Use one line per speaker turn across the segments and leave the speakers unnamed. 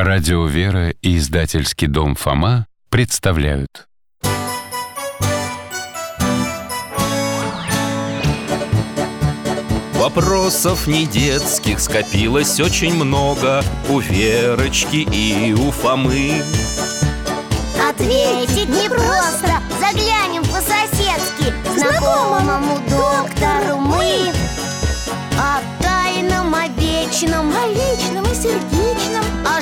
Радио «Вера» и издательский дом «Фома» представляют.
Вопросов не детских скопилось очень много У Верочки и у Фомы
Ответить непросто Заглянем по-соседски к Знакомому доктору мы О тайном, о вечном
О личном и сердечном,
О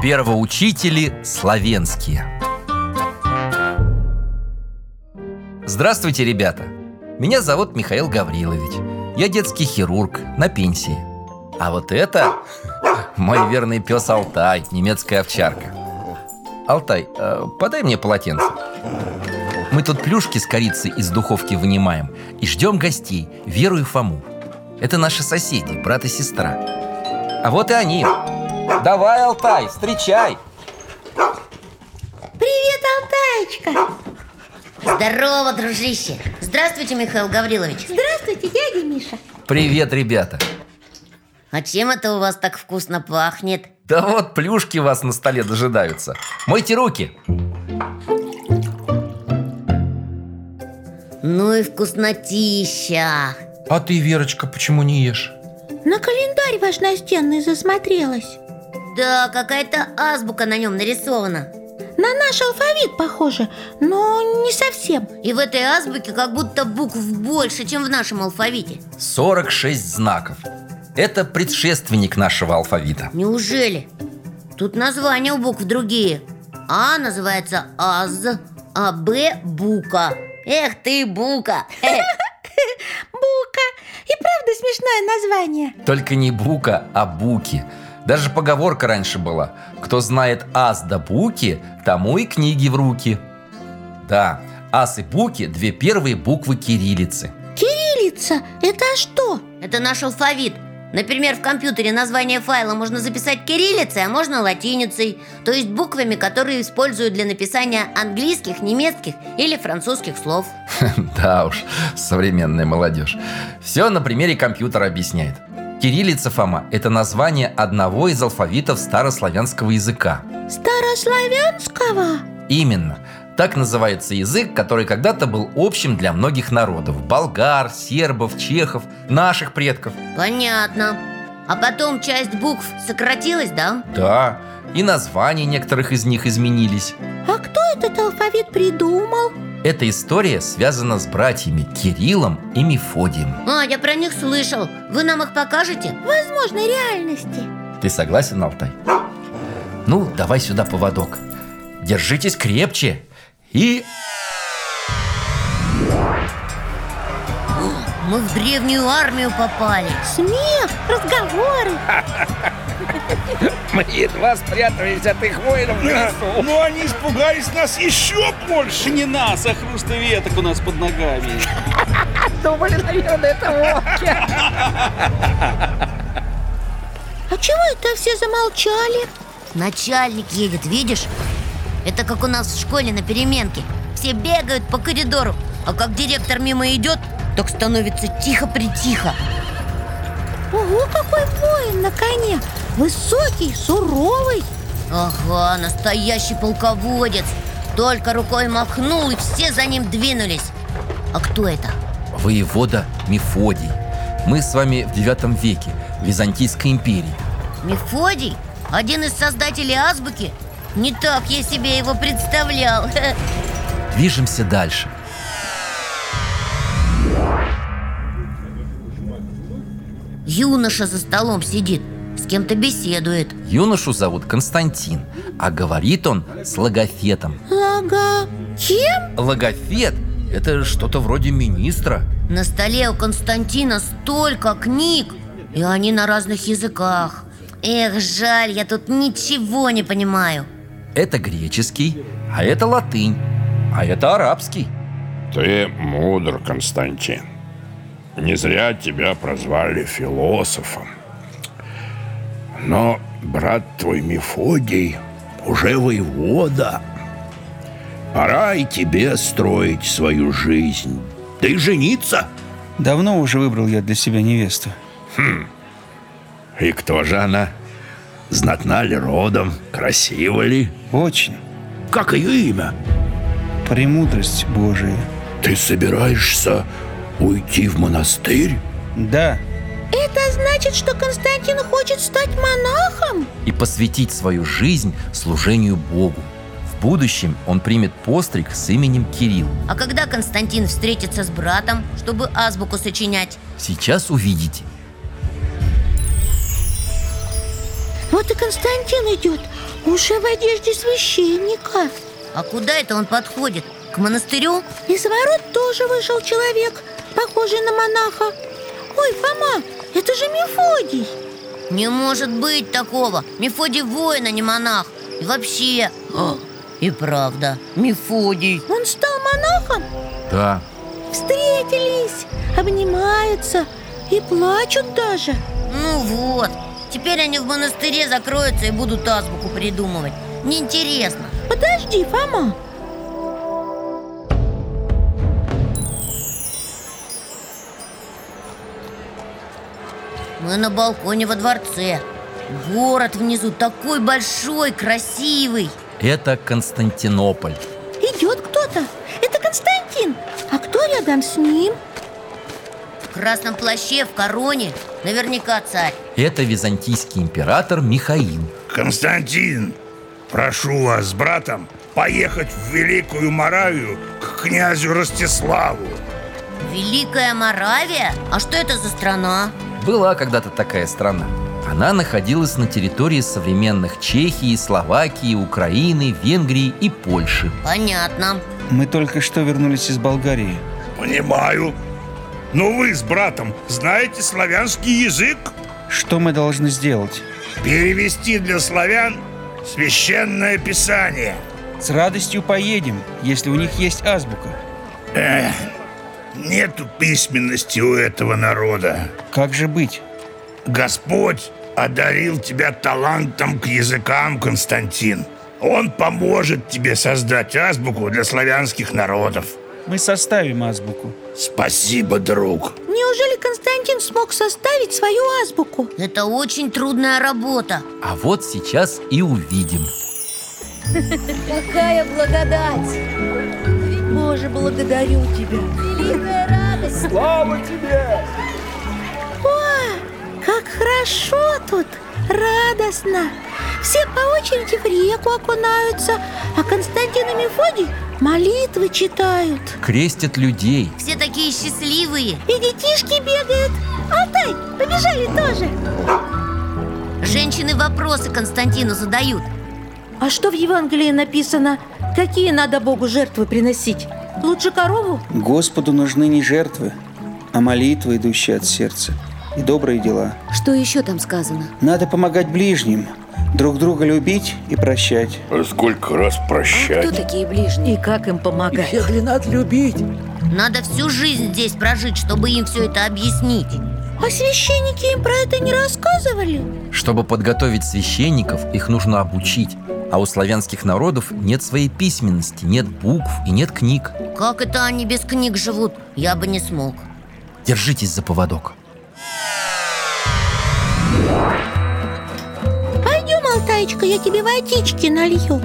Первоучители славянские Здравствуйте, ребята! Меня зовут Михаил Гаврилович Я детский хирург на пенсии А вот это мой верный пес Алтай, немецкая овчарка Алтай, э, подай мне полотенце мы тут плюшки с корицей из духовки вынимаем и ждем гостей, Веру и Фому. Это наши соседи, брат и сестра. А вот и они. Давай, Алтай, встречай.
Привет, Алтаечка!
Здорово, дружище Здравствуйте, Михаил Гаврилович
Здравствуйте, дядя Миша
Привет, ребята.
А чем это у вас так вкусно пахнет?
Да вот плюшки вас на столе дожидаются. Мойте руки.
Ну и вкуснотища
А ты, Верочка, почему не ешь?
На календарь ваш настенный засмотрелась
Да, какая-то азбука на нем нарисована
На наш алфавит похоже, но не совсем
И в этой азбуке как будто букв больше, чем в нашем алфавите
46 знаков. Это предшественник нашего алфавита.
Неужели? Тут названия у букв другие А называется Аз, а Б – Бука Эх ты, Бука! Э,
Бука! И правда смешное название
Только не бука, а буки. Даже поговорка раньше была. Кто знает ас да буки, тому и книги в руки. Да, ас и буки – две первые буквы кириллицы.
Кириллица, это что?
Это наш алфавит Например, в компьютере название файла можно записать кириллицей, а можно латиницей То есть буквами, которые используют для написания английских, немецких или французских слов
Да уж, современная молодежь. Все на примере компьютера объясняет. Кириллица Фома – это название одного из алфавитов старославянского языка.
Старославянского?
Именно. Так называется язык, который когда-то был общим для многих народов – болгар, сербов, чехов, наших предков.
Понятно. А потом часть букв сократилась, да?
Да, и названия некоторых из них изменились.
А кто этот алфавит придумал?
Эта история связана с братьями Кириллом и Мефодием.
А, я про них слышал. Вы нам их покажете?
Возможной реальности
Ты согласен, Алтай? Ну, давай сюда поводок. Держитесь крепче. И...
Мы в древнюю армию попали.
Смех, разговоры
Мы едва спрятались от их воинов в лесу.
Но Ну, они испугались нас еще больше.
Не нас, а хруст веток у нас под ногами.
Думали, наверное, это волки.
А чего это все замолчали?
Начальник едет, видишь? Это как у нас в школе на переменке. Все бегают по коридору, а как директор мимо идет, так становится тихо-притихо.
Ого, какой воин на коне! Высокий, суровый
Ага, настоящий полководец. Только рукой махнул, и все за ним двинулись. А кто это?
Воевода Мефодий. Мы с вами в девятом веке в Византийской империи.
Мефодий? Один из создателей азбуки? Не так я себе его представлял.
Движемся дальше.
Юноша за столом сидит, с кем-то беседует.
Юношу зовут Константин, а говорит он с логофетом.
Ага Кем?
Логофет – это что-то вроде министра.
На столе у Константина столько книг, и они на разных языках. Эх, жаль, я тут ничего не понимаю.
Это греческий, а это латынь, а это арабский.
Ты мудр, Константин. Не зря тебя прозвали философом. Но брат твой Мефодий уже воевода. Пора и тебе строить свою жизнь. Ты жениться?
Давно уже выбрал я для себя невесту.
Хм. И кто же она? Знатна ли родом? Красива ли?
Очень.
Как ее имя?
Премудрость Божия.
Ты собираешься уйти в монастырь?
Да,
Это значит, что Константин хочет стать монахом?
и посвятить свою жизнь служению Богу. В будущем он примет постриг с именем Кирилл.
А когда Константин встретится с братом, чтобы азбуку сочинять?
Сейчас увидите.
Вот и Константин идет, уже в одежде священника.
А куда это он подходит? К монастырю?
Из ворот тоже вышел человек, похожий на монаха. Ой, Фома, это же Мефодий.
Не может быть такого! Мефодий воин, а не монах! И вообще... А, и правда, Мефодий!
Он стал монахом?
Да,
Встретились, обнимаются и плачут даже.
Ну вот, теперь они в монастыре закроются и будут азбуку придумывать Неинтересно
Подожди, Фома.
Мы на балконе во дворце Город внизу такой большой, красивый
это Константинополь.
Идет кто-то. Это Константин. А кто рядом с ним?
В красном плаще, в короне Наверняка царь
Это византийский император Михаил.
Константин, прошу вас с братом поехать в Великую Моравию к князю Ростиславу.
Великая Моравия? А что это за страна?
Была когда-то такая страна. Она находилась на территории современных Чехии, Словакии, Украины, Венгрии и Польши.
Понятно
мы только что вернулись из Болгарии.
Понимаю. Но вы с братом знаете славянский язык?
Что мы должны сделать?
Перевести для славян священное писание.
С радостью поедем, если у них есть азбука.
Нету письменности у этого народа.
Как же быть?
Господь одарил тебя талантом к языкам, Константин. Он поможет тебе создать азбуку для славянских народов.
Мы составим азбуку.
Спасибо, друг.
Неужели Константин смог составить свою азбуку?
Это очень трудная работа
А вот сейчас и увидим.
Какая благодать!
Боже, благодарю тебя.
Великая радость!
О, как хорошо тут! Радостно! Все по очереди в реку окунаются, а Константин и Мефодий молитвы читают.
Крестят людей.
Все такие счастливые
И детишки бегают. Алтай, побежали тоже.
Женщины вопросы Константину задают
А что в Евангелии написано? Какие надо Богу жертвы приносить? Лучше корову?
Господу нужны не жертвы, а молитвы, идущие от сердца, и добрые дела.
Что еще там сказано?
Надо помогать ближним, друг друга любить и прощать.
Сколько раз
Кто
А
прощать?
такие ближние?
И как им помогать?
Надо всю жизнь здесь прожить, чтобы им все это объяснить
А священники им про это не рассказывали?
Чтобы подготовить священников, их нужно обучить. А у славянских народов нет своей письменности, нет букв и нет книг.
Как это они без книг живут? Я бы не смог
Держитесь за поводок.
Пойдем, Алтаечка, я тебе водички налью.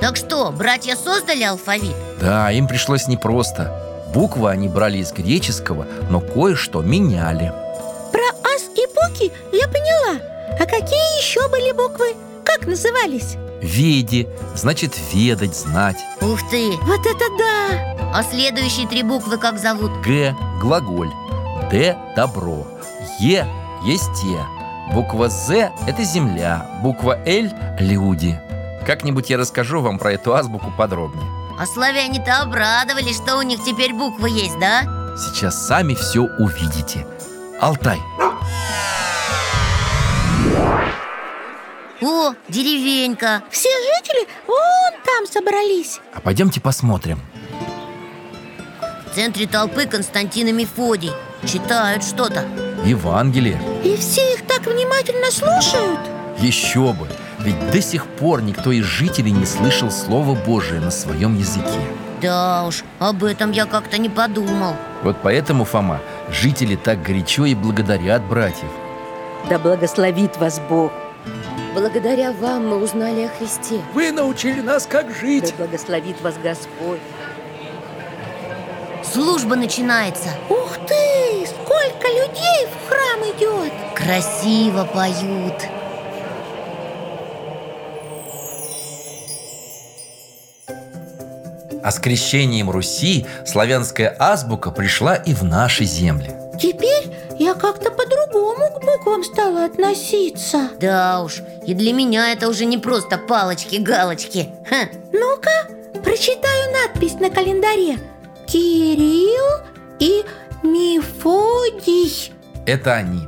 Так что, братья создали алфавит?
Да, им пришлось непросто. Буквы они брали из греческого, но кое-что меняли.
Про ас и буки я поняла. А какие еще были буквы? Как назывались?
Веди значит ведать, знать.
Ух ты!
Вот это да!
А следующие три буквы как зовут?
Г – глаголь. Д – добро. Е – есть те. Буква З – это земля. Буква Л – люди. Как-нибудь я расскажу вам про эту азбуку подробнее.
А славяне-то обрадовались, что у них теперь буквы есть, да?
Сейчас сами все увидите. Алтай,
О, деревенька
Все жители вон там собрались
А пойдемте посмотрим.
В центре толпы Константин и Мефодий Читают что-то
Евангелие.
И все их так внимательно слушают
Еще бы! Ведь до сих пор никто из жителей не слышал Слово Божие на своем языке.
Да уж, об этом я как-то не подумал
Вот поэтому, Фома, жители так горячо и благодарят братьев.
Да благословит вас Бог.
Благодаря вам мы узнали о Христе.
Вы научили нас, как жить.
Да благословит вас Господь.
Служба начинается
Ух ты, сколько людей в храм идет
Красиво поют
А с крещением Руси славянская азбука пришла и в наши земли.
Теперь я как-то по-другому к буквам стала относиться
Да уж, и для меня это уже не просто палочки-галочки Ха,
Ну-ка, прочитаю надпись на календаре Кирилл и Мефодий
Это они.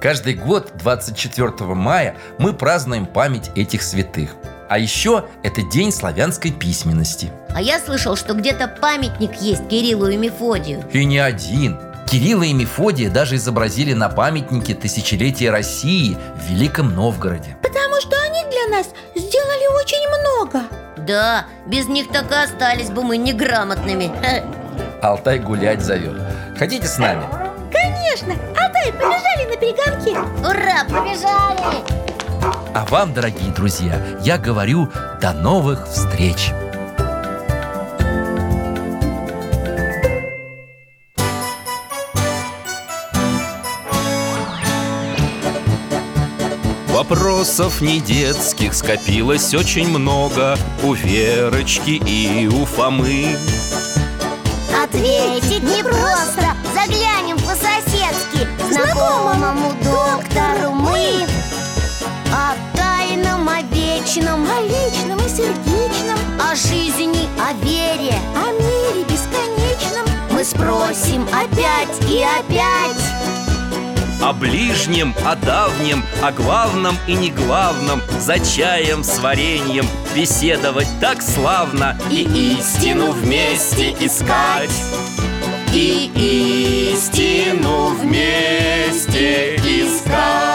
Каждый год 24 мая мы празднуем память этих святых. А еще это день славянской письменности.
А я слышал, что где-то памятник есть Кириллу и Мефодию
И не один. Кирилла и Мефодия даже изобразили на памятнике тысячелетия России в Великом Новгороде.
Потому что они для нас сделали очень много
Да, без них так и остались бы мы неграмотными Ха.
Алтай гулять зовет. Хотите с нами?
Конечно, Алтай, побежали на перегонки
Ура, побежали!
А вам, дорогие друзья, я говорю до новых встреч!
Вопросов не детских скопилось очень много У Верочки и у Фомы
Ответить непросто Заглянем по-соседски К Знакомому доктору мы О тайном, о вечном
О личном и сердечном,
О жизни, о вере
о мире бесконечном
Мы спросим опять и опять
О ближнем, о давнем, о главном и не главном За чаем с вареньем беседовать так славно И истину вместе искать И истину вместе искать